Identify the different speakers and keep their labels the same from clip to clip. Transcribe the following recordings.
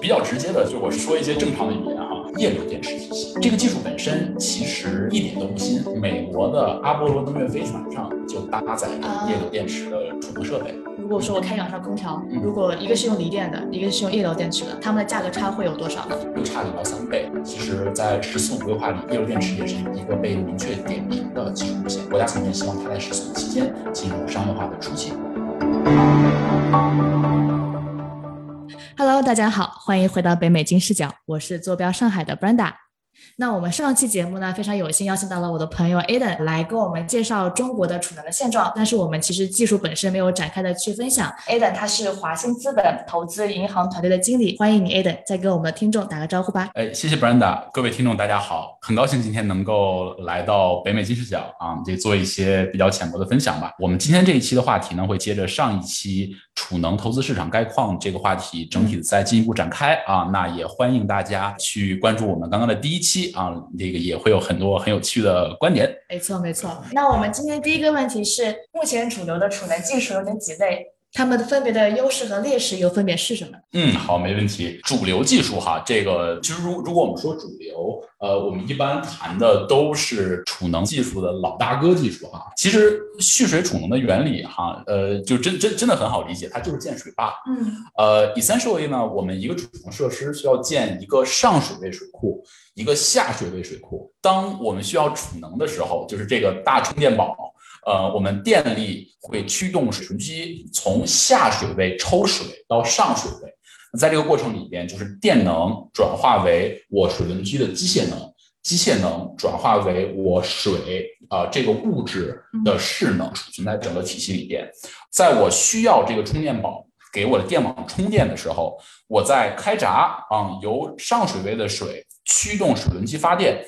Speaker 1: 比较直接的，就我说一些正常的语言哈。夜路电视体系这个技术本身其实一点都不新，美国的阿波罗登月飞船上就搭载了夜路电池的储能设备。
Speaker 2: 如果说我开两扇空调
Speaker 1: 嗯，
Speaker 2: 如果一个是用锂电的，一个是用液流电池的，它们的价格差会有多少？
Speaker 1: 又差两到三倍。其实，在“十四五”规划里，页路电池也是一个被明确点名的技术路线。国家层面希望它在“十四五”期间进入商业化的初期。
Speaker 2: Hello，大家好，欢迎回到北美金视角，我是坐标上海的 Brenda。那我们上期节目呢，非常有幸邀请到了我的朋友 Aden 来跟我们介绍中国的储能的现状，但是我们其实技术本身没有展开的去分享。Aden 他是华信资本投资银行团队的经理，欢迎你 Aden，再给我们听众打个招呼吧。
Speaker 1: 哎，谢谢 Brenda，各位听众大家好，很高兴今天能够来到北美金视角啊，这做一些比较浅薄的分享吧。我们今天这一期的话题呢，会接着上一期储能投资市场概况这个话题整体再进一步展开啊。那也欢迎大家去关注我们刚刚的第一期啊，这个也会有很多很有趣的观点。
Speaker 2: 没错，没错。那我们今天第一个问题是，目前主流的储能技术有哪几类？它们分别的优势和劣势又分别是什么？
Speaker 1: 嗯，好，没问题。主流技术哈，这个其实如如果我们说主流，呃，我们一般谈的都是储能技术的老大哥技术哈。其实蓄水储能的原理哈，呃，就真真真的很好理解，它就是建水坝。
Speaker 2: 嗯
Speaker 1: 呃，essentially 呢，我们一个储能设施需要建一个上水位水库，一个下水位水库。当我们需要储能的时候，就是这个大充电宝，呃，我们电力会驱动水轮机从下水位抽水到上水位。在这个过程里边，就是电能转化为我水轮机的机械能，机械能转化为我水啊、呃这个物质
Speaker 2: 嗯
Speaker 1: 的势能储存在整个体系里边。在我需要这个充电宝给我的电网充电的时候，我在开闸啊、由上水位的水驱动水轮机发电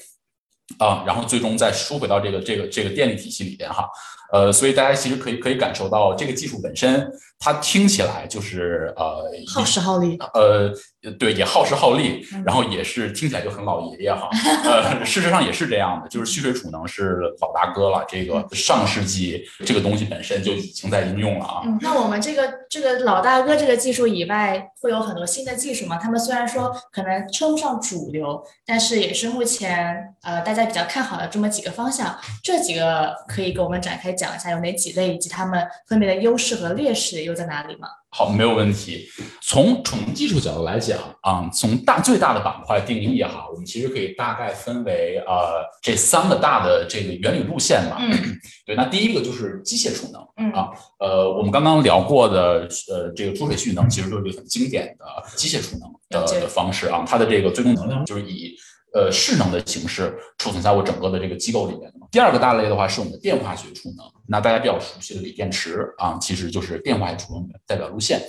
Speaker 1: 啊、然后最终再输回到这个这个这个电力体系里边哈。呃，所以大家其实可以可以感受到这个技术本身，它听起来就是呃
Speaker 2: 耗时耗力。
Speaker 1: 呃，对，也耗时耗力
Speaker 2: 嗯，
Speaker 1: 然后也是听起来就很老爷爷哈。呃， 事实上也是这样的，就是蓄水储能是老大哥了，这个上世纪这个东西本身就已经在应用了啊。
Speaker 2: 嗯，那我们这个这个老大哥这个技术以外，会有很多新的技术嘛？他们虽然说可能称不上主流，但是也是目前呃大家比较看好的这么几个方向。这几个可以给我们展开讲一下有哪几类，以及它们分别的优势和劣势又在哪里吗？
Speaker 1: 好，没有问题。从储能技术角度来讲啊、从大最大的板块定义哈，我们其实可以大概分为呃这三个大的这个原理路线吧。
Speaker 2: 嗯
Speaker 1: 对，那第一个就是机械储能。
Speaker 2: 嗯
Speaker 1: 啊呃，我们刚刚聊过的，呃，这个出水蓄能其实就是一个很经典的机械储能
Speaker 2: 了解
Speaker 1: 的的方式啊，它的这个最终能量就是以呃势能的形式储存在我整个的这个机构里面的嘛。第二个大类的话是我们的电化学储能，那大家比较熟悉的锂电池啊，其实就是电化学储能的代表路线。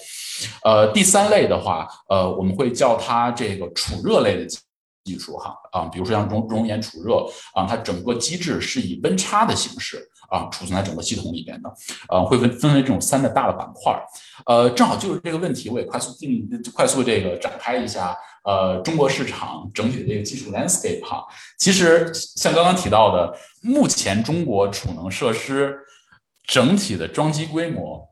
Speaker 1: 呃，第三类的话，呃，我们会叫它这个储热类的技技术哈啊，比如说像熔熔岩储热啊，它整个机制是以温差的形式啊储存在整个系统里边的，呃，会分分为这种三个大的板块儿。呃，正好就是这个问题，我也快速定快速这个展开一下。呃，中国市场整体的这个技术 landscape 哈，其实像刚刚提到的，目前中国储能设施整体的装机规模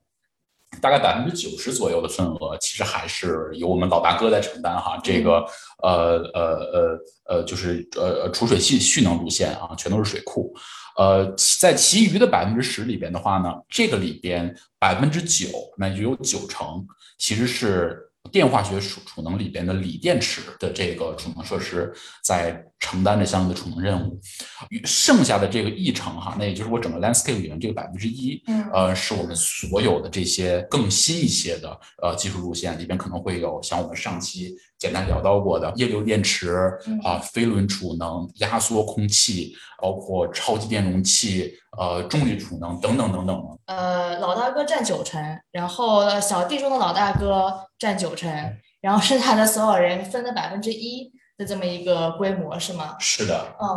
Speaker 1: 大概百分之九十左右的份额，其实还是由我们老大哥在承担哈。这个呃呃呃呃，就是呃呃储水蓄蓄能路线啊，全都是水库。呃，其在其余的百分之十里边的话呢，这个里边百分之九，那就有九成其实是电化学储储能里边的锂电池的这个储能设施在承担着相应的储能任务，与剩下的这个一成哈，那也就是我整个 landscape 里面这个百分之一，
Speaker 2: 嗯
Speaker 1: 呃，是我们所有的这些更新一些的呃技术路线里边可能会有像我们上期简单聊到过的液流电池
Speaker 2: 嗯
Speaker 1: 啊、飞轮储能、压缩空气，包括超级电容器、呃重力储能等等等等。
Speaker 2: 呃，老大哥占九成，然后呃小弟中的老大哥占九成，然后剩下的所有人分了百分之一的这么一个规模，是吗？
Speaker 1: 是的，
Speaker 2: 嗯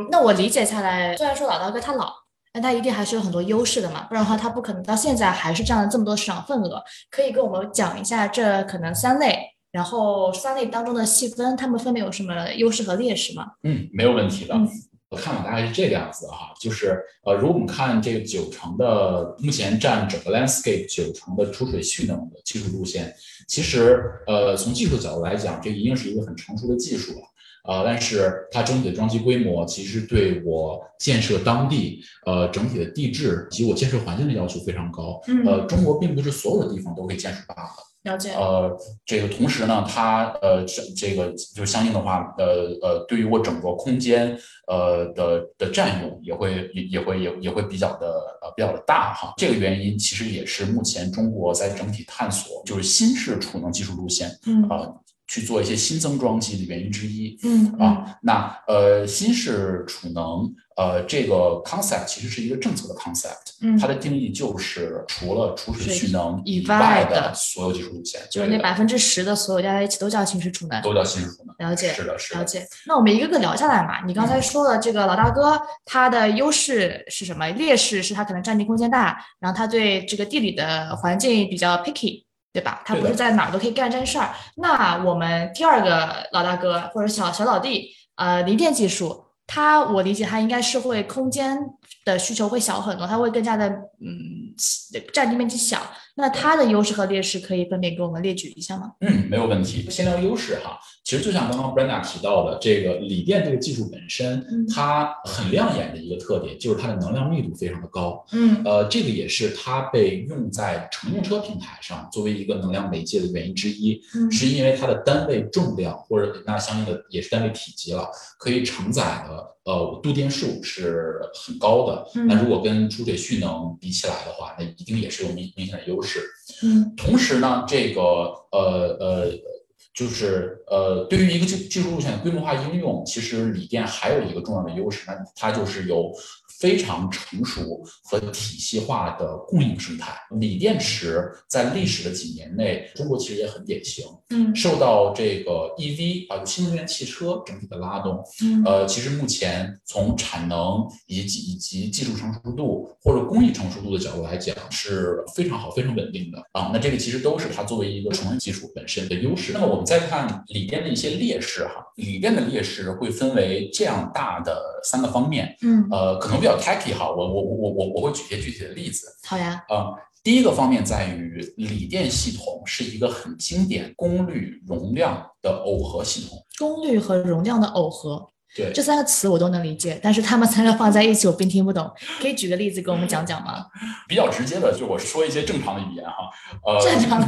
Speaker 2: 嗯，那我理解下来，虽然说老大哥他老，但他一定还是有很多优势的嘛，不然的话他不可能到现在还是占了这么多市场份额。可以跟我们讲一下这可能三类，然后三类当中的细分，他们分别有什么优势和劣势吗？
Speaker 1: 嗯，没有问题的。
Speaker 2: 嗯
Speaker 1: 我看法大概是这个样子哈，就是呃，如果我们看这个九成的目前占整个 landscape 九成的出水蓄能的技术路线，其实呃，从技术角度来讲，这一定是一个很成熟的技术了。呃，但是它整体的装机规模其实对我建设当地呃整体的地质以及我建设环境的要求非常高。
Speaker 2: 嗯哦
Speaker 1: 呃，中国并不是所有的地方都可以建设大的。
Speaker 2: 了解，
Speaker 1: 呃，这个同时呢，它呃这这个就相应的话，呃呃，对于我整个空间呃的的占用也会也也会也也会比较的呃比较的大哈。这个原因其实也是目前中国在整体探索就是新式储能技术路线
Speaker 2: 嗯
Speaker 1: 啊、去做一些新增装机的原因之一。
Speaker 2: 嗯嗯
Speaker 1: 啊，那呃，新式储能，呃，这个 concept 其实是一个政策的 concept，
Speaker 2: 嗯
Speaker 1: 它的定义就是除了储水
Speaker 2: 水
Speaker 1: 蓄能
Speaker 2: 以
Speaker 1: 以
Speaker 2: 外
Speaker 1: 外
Speaker 2: 的
Speaker 1: 的所有技术路线，
Speaker 2: 就是那
Speaker 1: 对的
Speaker 2: 百分之十的所有加在一起都叫新式储能。
Speaker 1: 都叫新式储能。
Speaker 2: 了解，
Speaker 1: 是的，是
Speaker 2: 了
Speaker 1: 的。
Speaker 2: 解。那我们一个个聊下来嘛，你刚才说了这个老大哥他的优势是什么？劣势是他可能占地空间大，然后他对这个地理的环境比较 picky。对吧？他
Speaker 1: 对
Speaker 2: 不
Speaker 1: 的
Speaker 2: 是在哪儿都可以干这事儿。那我们第二个老大哥或者小小老弟，呃，离电技术，他我理解他应该是会空间的需求会小很多，他会更加的嗯占地面积小。那他的优势和劣势可以分别给我们列举一下吗？
Speaker 1: 嗯，没有问题。先聊优势哈，其实就像刚刚 Brenda 提到的，这个锂电这个技术本身
Speaker 2: 嗯，
Speaker 1: 它很亮眼的一个特点就是它的能量密度非常的高。
Speaker 2: 嗯
Speaker 1: 呃，这个也是它被用在乘用车平台上作为一个能量媒介的原因之一，
Speaker 2: 嗯
Speaker 1: 是因为它的单位重量或者那相应的也是单位体积了，可以承载的呃度电数是很高的。那
Speaker 2: 嗯
Speaker 1: 如果跟储水蓄能比起来的话，那一定也是有明明显的优势。
Speaker 2: 嗯
Speaker 1: 同时呢，这个呃呃，就是呃，对于一个技技术路线的规模化应用，其实锂电还有一个重要的优势，那它就是有非常成熟和体系化的供应生态。锂电池在历史的几年内，中国其实也很典型，
Speaker 2: 嗯
Speaker 1: 受到这个 EV 啊、就新能源汽车整体的拉动，
Speaker 2: 嗯
Speaker 1: 呃，其实目前从产能以及以及技术成熟度或者工艺成熟度的角度来讲，是非常好、非常稳定的啊。那这个其实都是它作为一个储能技术本身的优势。那么我们再看锂电的一些劣势哈，锂电的劣势会分为这样大的三个方面，
Speaker 2: 嗯，
Speaker 1: 呃，可能比较 techy 哈，我我我我我会举一些具体的例子。呃
Speaker 2: 好呀，
Speaker 1: 第一个方面在于锂电系统是一个很经典功率容量的耦合系统，
Speaker 2: 功率和容量的耦合
Speaker 1: 对，
Speaker 2: 这三个词我都能理解，但是他们三个放在一起我并听不懂，可以举个例子给我们讲讲吗？
Speaker 1: 比较直接的，就是我说一些正常的语言哈，呃，
Speaker 2: 正 常的，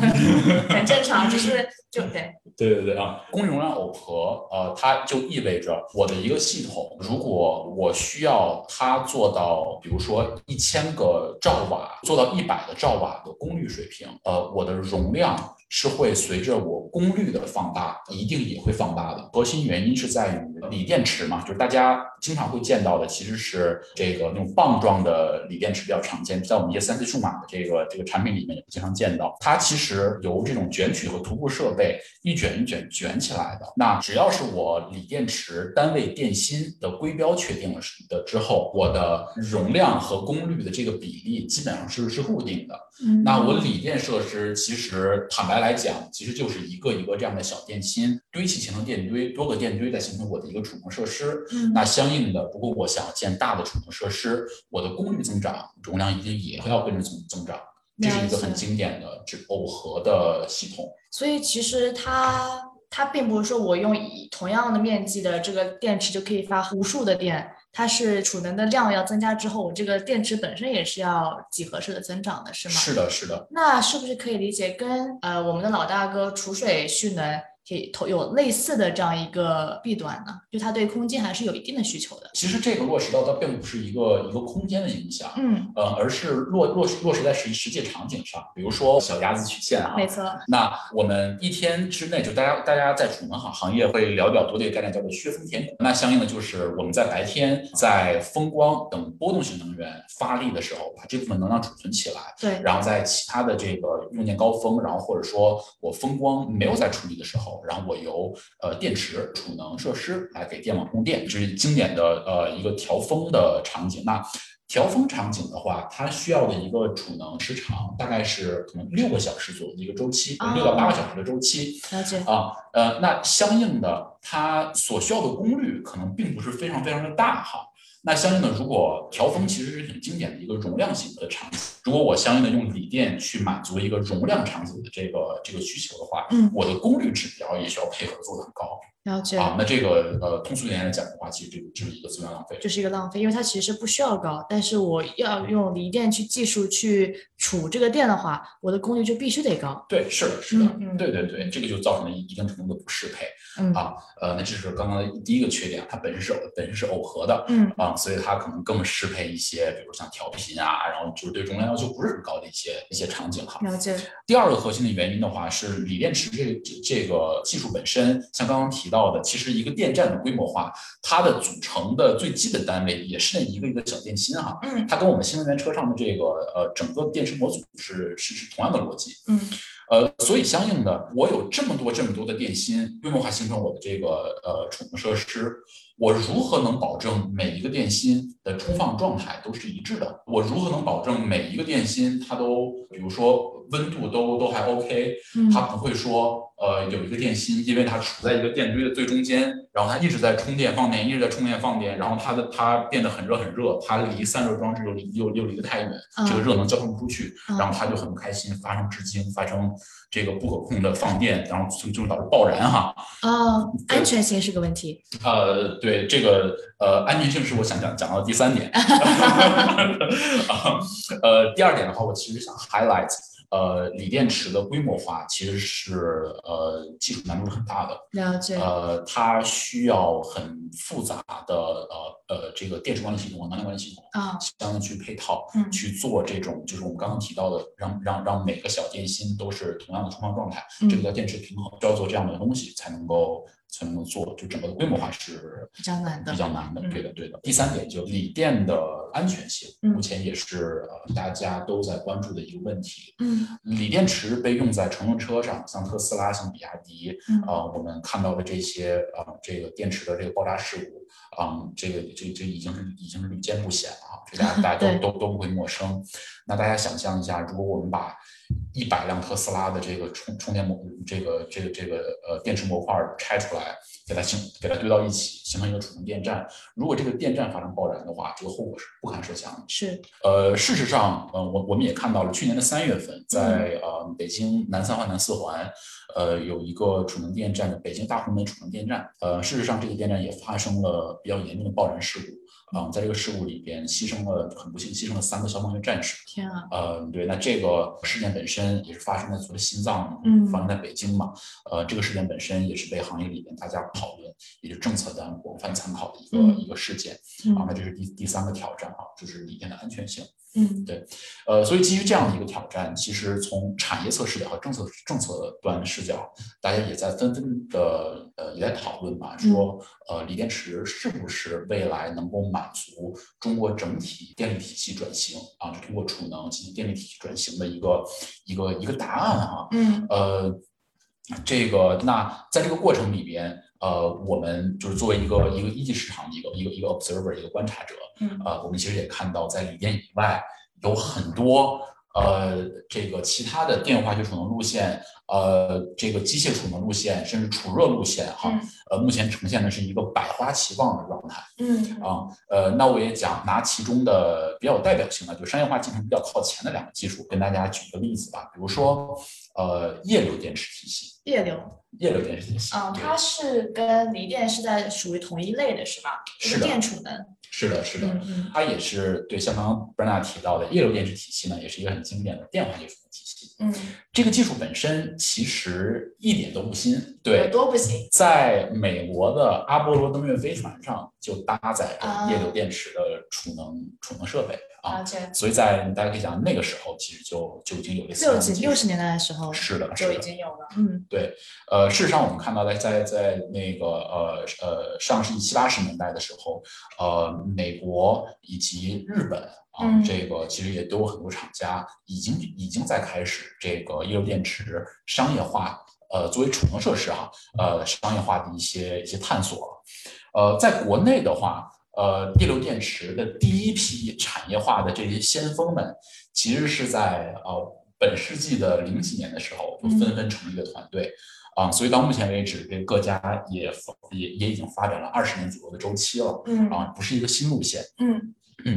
Speaker 2: 很正常，就是就对，
Speaker 1: 对对对啊，功率容量耦合，呃，它就意味着我的一个系统，如果我需要它做到，比如说一千个兆瓦，做到一百个兆瓦的功率水平，呃，我的容量是会随着我功率的放大，一定也会放大的。核心原因是在于锂电池嘛，就是大家经常会见到的，其实是这个那种棒状的锂电池比较常见，在我们一些三 C 数码的这个这个产品里面也经常见到。它其实由这种卷取和徒步设备一卷一卷卷起来的。那只要是我锂电池单位电芯的规标确定了是的之后，我的容量和功率的这个比例基本上是是固定的。
Speaker 2: 嗯
Speaker 1: 那我锂电设施其实坦白来讲，其实就是一个一个这样的小电芯堆砌形成电堆，多个电堆再形成我的一个储能设施。
Speaker 2: 嗯
Speaker 1: 那相应的，如果我想要建大的储能设施，我的功率增长，容量一定也要跟着增增长。这是一个
Speaker 2: 了
Speaker 1: 很
Speaker 2: 解
Speaker 1: 经典的这耦合的系统。
Speaker 2: 所以其实它它并不是说我用一同样的面积的这个电池就可以发无数的电，它是储能的量要增加之后，我这个电池本身也是要几何式的增长的，是吗？
Speaker 1: 是的，是的，
Speaker 2: 那是不是可以理解跟呃我们的老大哥储水蓄能也同有类似的这样一个弊端呢？就它对空间还是有一定的需求的。
Speaker 1: 其实这个落实到它并不是一个一个空间的影响，
Speaker 2: 嗯，
Speaker 1: 呃，而是落落实落实在实实际场景上，比如说小鸭子曲线啊，
Speaker 2: 没错。
Speaker 1: 那我们一天之内，就大家大家在储能行行业会聊比较多的一个概念，叫做削峰填谷。那相应的就是我们在白天在风光等波动性能源发力的时候，把这部分能量储存起来，
Speaker 2: 对，
Speaker 1: 然后在其他的这个用电高峰，然后或者说我风光没有在处理的时候，然后我由呃电池储能设施来给电网供电，这是经典的呃一个调峰的场景。那调峰场景的话，它需要的一个储能时长大概是可能六个小时左右的一个周期
Speaker 2: 哦，
Speaker 1: 六到八个小时的周期
Speaker 2: 了解。
Speaker 1: 啊。呃，那相应的它所需要的功率可能并不是非常非常的大哈。那相应的，如果调峰其实是很经典的一个容量型的场景，如果我相应的用锂电去满足一个容量场景的这个这个需求的话，
Speaker 3: 嗯
Speaker 1: 我的功率指标也需要配合做得很高
Speaker 3: 了解，
Speaker 2: 哦
Speaker 1: 啊。那这个呃，通俗一点来讲的话，其实这个就是一个资源浪费。
Speaker 3: 就是一个浪费，因为它其实不需要高，但是我要用锂电去技术去储这个电的话，我的功率就必须得高。
Speaker 1: 对，是的，是的，
Speaker 3: 嗯嗯
Speaker 1: 对对对，这个就造成了一定程度的不适配
Speaker 3: 嗯
Speaker 2: 哦
Speaker 1: 啊。呃，那这是刚刚的第一个缺点，它本身是本身是耦合的，
Speaker 3: 嗯
Speaker 1: 啊，所以它可能更适配一些，比如像调频啊，然后就是对容量要求不是很高的一些一些场景哈。
Speaker 3: 了解，
Speaker 1: 第二个核心的原因的话，是锂电池这这这个技术本身，像刚刚提到的，其实一个电站的规模化，它的组成的最基本单位也是那一个一个小电芯哈。
Speaker 3: 嗯
Speaker 1: 它跟我们新能源车上的这个呃整个电池模组是是是同样的逻辑，
Speaker 3: 嗯
Speaker 1: 呃，所以相应的，我有这么多这么多的电芯，规模化形成我的这个呃储能设施，我如何能保证每一个电芯的充放状态都是一致的？我如何能保证每一个电芯它都，比如说温度都都还 OK，
Speaker 3: 嗯
Speaker 1: 它不会说呃有一个电芯，因为它处在一个电堆的最中间，然后它一直在充电放电，一直在充电放电，然后它的它变得很热很热，它离散热装置又离又又离得太远，
Speaker 2: 嗯
Speaker 1: 这个热能交换不出去，
Speaker 3: 嗯
Speaker 1: 然后他就很不开心，发生至今，发生这个不可控的放电，然后最终导致爆燃哈。
Speaker 3: 哦，安全性是个问题。
Speaker 1: 呃，对这个呃安全性是我想讲讲到的第三点。啊呃，第二点的话，我其实想 highlight。呃，锂电池的规模化其实是呃技术难度是很大的，
Speaker 3: 了解，
Speaker 1: 呃，它需要很复杂的呃呃这个电池管理系统和能量管理系统
Speaker 3: 啊，
Speaker 1: 相应去配套，
Speaker 3: 嗯
Speaker 1: 去做这种就是我们刚刚提到的，让让让每个小电芯都是同样的充放状态，
Speaker 3: 嗯
Speaker 1: 这个叫电池平衡，需要做这样的东西才能够才能够做，就整个的规模化是
Speaker 3: 比较难的
Speaker 1: 比较难的，
Speaker 3: 嗯
Speaker 1: 对的对的。第三点就锂电的安全性，
Speaker 3: 嗯
Speaker 1: 目前也是呃大家都在关注的一个问题。
Speaker 3: 嗯
Speaker 1: 锂电池被用在乘用车上，像特斯拉、像比亚迪，
Speaker 3: 嗯
Speaker 1: 啊，我们看到的这些啊、这个电池的这个爆炸事故，啊、这个这这已经是已经是屡见不鲜了啊，这大家大家
Speaker 3: 对
Speaker 1: 都都都不会陌生。那大家想象一下，如果我们把一百辆特斯拉的这个充充电模这个这个这个呃电池模块拆出来，给它形给它堆到一起，形成一个储能电站。如果这个电站发生爆燃的话，这个后果是不堪设想的。
Speaker 3: 是，
Speaker 1: 呃，事实上，呃，我我们也看到了，去年的三月份，
Speaker 3: 嗯
Speaker 1: 在呃北京南三环、南四环，呃，有一个储能电站的北京大红门储能电站，呃，事实上这个电站也发生了比较严重的爆燃事故，啊、在这个事故里边牺牲了，很不幸牺牲了三个消防员战士，
Speaker 3: 天啊，
Speaker 1: 呃，对，那这个事件本身也是发生在所谓心脏，
Speaker 3: 嗯
Speaker 1: 发生在北京嘛，呃，这个事件本身也是被行业里边大家讨论，也是政策单广泛参考的一个、
Speaker 3: 嗯
Speaker 1: 一个事件，啊，那
Speaker 3: 嗯
Speaker 1: 这是第第三个挑战啊，就是锂电的安全性。
Speaker 3: 嗯
Speaker 1: 呃，所以基于这样的一个挑战，其实从产业侧视角和政策政策端视角，大家也在纷纷的呃也在讨论吧，说呃锂电池是不是未来能够满足中国整体电力体系转型啊，就通过储能进行电力体系转型的一个一个一个答案啊。
Speaker 3: 嗯
Speaker 1: 呃，这个那在这个过程里边，呃，我们就是作为一个一个一级市场的一个一个一个 observer 一个观察者，
Speaker 3: 嗯
Speaker 1: 呃，我们其实也看到，在锂电以外有很多呃这个其他的电化学储能路线，呃，这个机械储能路线，甚至储热路线哈，
Speaker 3: 嗯
Speaker 1: 呃，目前呈现的是一个百花齐放的状态。
Speaker 3: 嗯
Speaker 2: 哦
Speaker 1: 啊，呃，那我也讲拿其中的比较有代表性的，就商业化进程比较靠前的两个技术，跟大家举一个例子吧。比如说，呃，液流电池体系，
Speaker 3: 液流，
Speaker 1: 液流电池体系，
Speaker 3: 啊，
Speaker 2: 嗯
Speaker 1: 对
Speaker 3: 它是跟锂电是在属于同一类的，是吧？
Speaker 1: 是
Speaker 3: 一
Speaker 1: 的
Speaker 3: 个电储能，
Speaker 1: 是的，是的，
Speaker 3: 嗯嗯
Speaker 1: 它也是对，像刚刚 b r e n a 提到的液流电池体系呢，也是一个很经典的电化学储能体系。
Speaker 3: 嗯，
Speaker 1: 这个技术本身其实一点都不新，
Speaker 3: 有
Speaker 1: 对，
Speaker 3: 多不行
Speaker 1: 在美国的阿波罗登月飞船上就搭载着液流电池的储能、储能设备啊
Speaker 3: 啊，。这
Speaker 1: 所以在大家可以想，那个时候其实就就已经有类似
Speaker 3: 六
Speaker 1: 的
Speaker 3: 几
Speaker 1: 技术
Speaker 3: 六十年代的时候
Speaker 1: 是的，
Speaker 3: 就是已
Speaker 1: 的。
Speaker 3: 经有了，嗯
Speaker 1: 呃，事实上我们看到在在在那个呃呃上世纪七八十年代的时候，呃，美国以及日本啊，
Speaker 3: 嗯
Speaker 1: 这个其实也都有很多厂家已经已经在开始这个液流电池商业化，呃，作为储能设施啊，呃，商业化的一些一些探索了。呃，在国内的话，呃，液流电池的第一批产业化的这些先锋们，其实是在呃本世纪的零几年的时候就纷纷成立了团队。啊、所以到目前为止，这各家也也也已经发展了二十年左右的周期了
Speaker 2: 嗯
Speaker 1: 啊、不是一个新路线。
Speaker 2: 嗯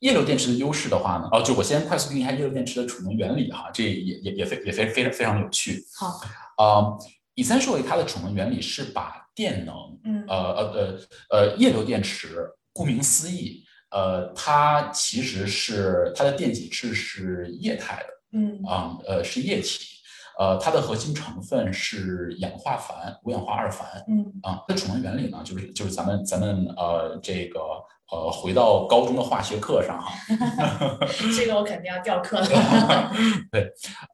Speaker 1: 液流电池的优势的话呢，哦，就我先快速定义一下液流电池的储能原理哈，这也也也非也非非常非常有趣。
Speaker 3: 好，
Speaker 1: 啊、e s s e n t i a l l y 它的储能原理是把电能，
Speaker 2: 嗯
Speaker 1: 呃呃呃呃，液流电池，顾名思义，呃，它其实是它的电解质是液态的。
Speaker 2: 嗯
Speaker 1: 啊、呃，是液体，呃，它的核心成分是氧化钒、五氧化二钒
Speaker 2: 嗯
Speaker 1: 啊。它的储能原理呢，就是就是咱们咱们呃这个呃回到高中的化学课上哈，
Speaker 2: 这个我肯定要掉课了。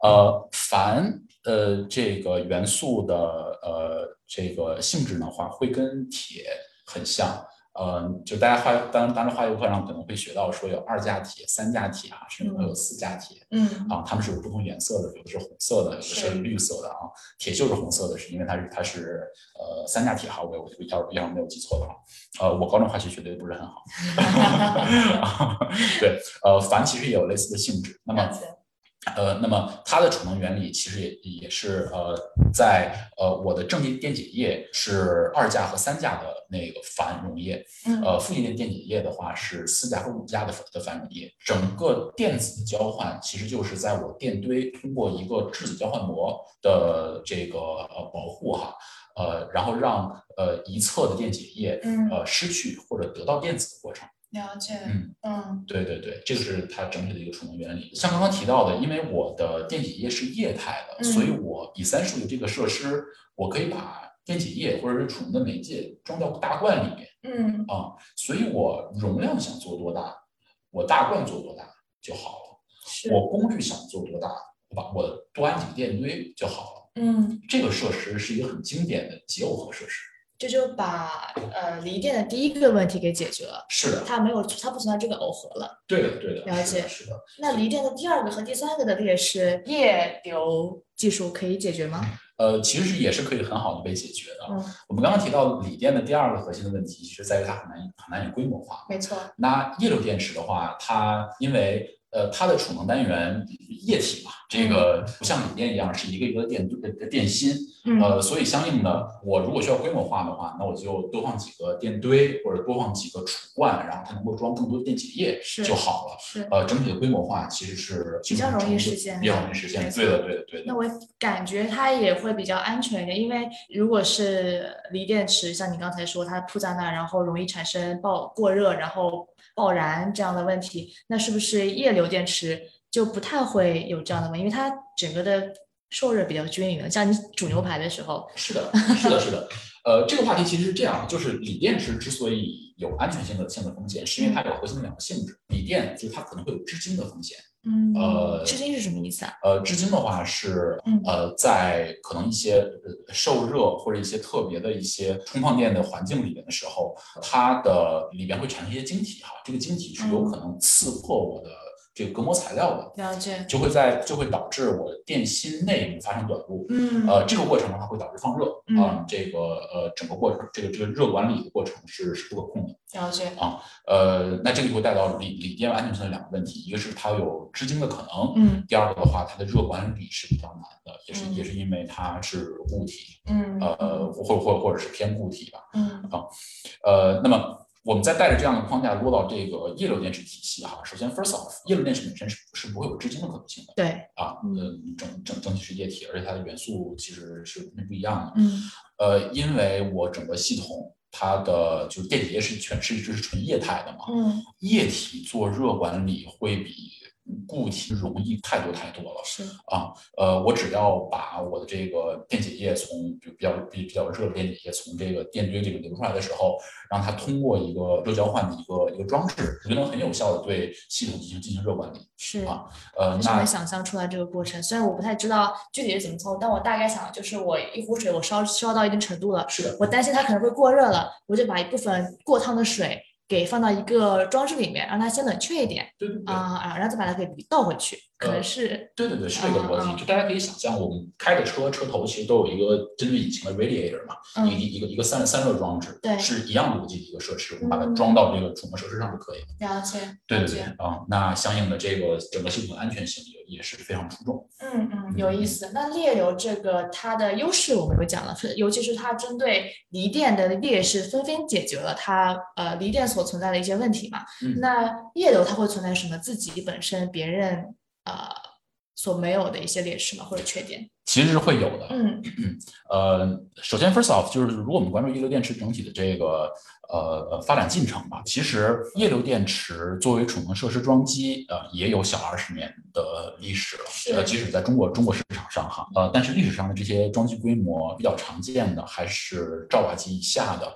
Speaker 1: 哦
Speaker 2: 嗯
Speaker 1: 呃，钒呃这个元素的呃这个性质的话，会跟铁很像。呃，就大家化当当时化学课上可能会学到说有二价铁、三价铁啊，甚至会有四价铁。
Speaker 2: 嗯
Speaker 1: 啊，它们是有不同颜色的，有的是红色的，有的是
Speaker 2: 是
Speaker 1: 绿色的啊。铁锈是红色的，是因为它是它是呃三价铁哈，我我要要是没有记错的话，呃，我高中化学学的也不是很好。 对，呃，钒其实也有类似的性质。那么
Speaker 2: 了解
Speaker 1: 呃，那么它的储能原理其实也也是呃，在呃我的正极电解液是二价和三价的那个钒溶液，
Speaker 2: 嗯
Speaker 1: 呃，负极电电解液的话是四价和五价的的反溶液，整个电子的交换其实就是在我电堆通过一个质子交换膜的这个呃保护哈，呃，然后让呃一侧的电解液
Speaker 2: 嗯
Speaker 1: 呃失去或者得到电子的过程。
Speaker 2: 了解
Speaker 1: 嗯
Speaker 2: 嗯
Speaker 1: 对对对，这个是它整体的一个储能原理。像刚刚提到的，因为我的电解液是液态的，
Speaker 2: 嗯
Speaker 1: 所以我 essentially 这个设施，我可以把电解液或者是储能的媒介装到大罐里面。
Speaker 2: 嗯
Speaker 1: 啊、所以我容量想做多大，我大罐做多大就好
Speaker 2: 是
Speaker 1: 了；我功率想做多大，我把我多安几个电堆就好了。
Speaker 2: 嗯，
Speaker 1: 这个设施是一个很经典的结耦合设施。
Speaker 2: 这就把呃锂电的第一个问题给解决了，
Speaker 1: 是的，
Speaker 2: 它没有它不存在这个耦合了。
Speaker 1: 对的，对的，
Speaker 2: 了
Speaker 1: 是的
Speaker 2: 解
Speaker 1: 是的。
Speaker 2: 那锂电的第二个和第三个的劣势，液流技术可以解决吗？
Speaker 1: 呃，其实也是可以很好的被解决的。
Speaker 2: 嗯，
Speaker 1: 我们刚刚提到锂电的第二个核心的问题，其实在于它很难很难以规模化。
Speaker 2: 没错。
Speaker 1: 那液流电池的话，它因为呃它的储能单元液体嘛，这个不像锂电一样是一个一个电电芯，
Speaker 2: 嗯
Speaker 1: 呃，所以相应的，我如果需要规模化的话，那我就多放几个电堆或者多放几个储罐，然后它能够装更多的电解液
Speaker 2: 是
Speaker 1: 就好了。
Speaker 2: 是。
Speaker 1: 呃，整体的规模化其实是
Speaker 2: 比较容易实现
Speaker 1: 比较容易实现。
Speaker 2: 没
Speaker 1: 对的，对的，对的
Speaker 2: 那。我感觉它也会比较安全一点，因为如果是锂电池，像你刚才说它铺在那儿，然后容易产生爆过热，然后爆燃这样的问题，那是不是液流电池就不太会有这样的问题？因为它整个的受热比较均匀的，像你煮牛排的时候，
Speaker 1: 是的，是的，是的。呃，这个话题其实是这样，就是锂电池之所以有安全性的性的风险，是因为它有核心的两个性质。锂电就是它可能会有至今的风险。
Speaker 2: 嗯
Speaker 1: 呃
Speaker 3: 至今是什么意思啊？
Speaker 1: 呃，至今的话是
Speaker 2: 嗯
Speaker 1: 呃，在可能一些呃受热或者一些特别的一些充放电的环境里面的时候，它的里面会产生一些晶体哈，这个晶体是有可能刺破我的这个隔膜材料的，
Speaker 2: 了解，
Speaker 1: 就会在就会导致我电芯内部发生短路。
Speaker 2: 嗯
Speaker 1: 呃，这个过程的话会导致放热
Speaker 2: 嗯
Speaker 1: 啊、这个呃整个过程，这个这个热管理的过程是是不可控的。
Speaker 2: 了解，
Speaker 1: 呃，那这个就会带到锂锂电安全性的两个问题，一个是它有织晶的可能，
Speaker 2: 嗯
Speaker 1: 第二个的话，它的热管理是比较难的，也是、
Speaker 2: 嗯
Speaker 1: 也是因为它是固体，
Speaker 2: 嗯
Speaker 1: 呃，或或或者是偏固体吧，
Speaker 2: 嗯
Speaker 1: 呃，那么我们再带着这样的框架落到这个液流电池体系哈，首先 first off，液流电池本身是是不会有至今的可能性的
Speaker 3: 对，
Speaker 1: 啊，
Speaker 3: 嗯
Speaker 1: 嗯，整整整体是液体，而且它的元素其实是完全不一样的，
Speaker 2: 嗯
Speaker 1: 呃，因为我整个系统它的就是电解液是全是就是纯液态的嘛，
Speaker 2: 嗯，
Speaker 1: 液体做热管理会比固体容易太多太多了。
Speaker 2: 是，
Speaker 1: 啊，呃，我只要把我的这个电解液从比比较比比较热的电解液从这个电堆里面流出来的时候，让它通过一个热交换的一个一个装置，就能很有效的对系统进行进行热管理。
Speaker 3: 是
Speaker 1: 啊呃，
Speaker 3: 就是
Speaker 1: 那
Speaker 3: 能想象出来这个过程。虽然我不太知道具体是怎么操作，但我大概想，就是我一壶水我烧烧到一定程度了，
Speaker 1: 是的，
Speaker 3: 我担心它可能会过热了，我就把一部分过烫的水给放到一个装置里面，让它先冷却一点
Speaker 1: 对对对，
Speaker 3: 啊、啊，然后再把它给倒回去，可能
Speaker 1: 呃
Speaker 3: 是、
Speaker 1: 对对对，是这个
Speaker 3: 啊
Speaker 1: 逻
Speaker 3: 啊
Speaker 1: 辑。就大家可以想象，我们开的车车头其实都有一个针对引擎的 radiator 嘛，一个
Speaker 3: 嗯，
Speaker 1: 一个一个散散热装置，
Speaker 3: 对
Speaker 1: 是一样逻辑的一个设施，我们把它
Speaker 2: 嗯
Speaker 1: 装到这个储能设施上就可以了。
Speaker 2: 了解，
Speaker 1: 对
Speaker 2: 了
Speaker 1: 对对
Speaker 2: 解，
Speaker 1: 啊，那相应的这个整个系统的安全性也也是非常出众。
Speaker 2: 嗯嗯，有意思。那裂流这个它的优势我们有讲了，尤其是它针对锂电的劣势，纷纷解决了它呃锂电所存在的一些问题嘛。
Speaker 1: 嗯
Speaker 2: 那裂流它会存在什么自己本身别人呃所没有的一些劣势嘛，或者缺点？
Speaker 1: 其实是会有的，
Speaker 2: 嗯
Speaker 1: 呃，首先，first off，就是如果我们关注液流电池整体的这个呃呃发展进程吧，其实液流电池作为储能设施装机，呃，也有小二十年的历史
Speaker 2: 是
Speaker 1: 了。呃，即使在中国中国市场上哈，呃，但是历史上的这些装机规模比较常见的还是兆瓦级以下的。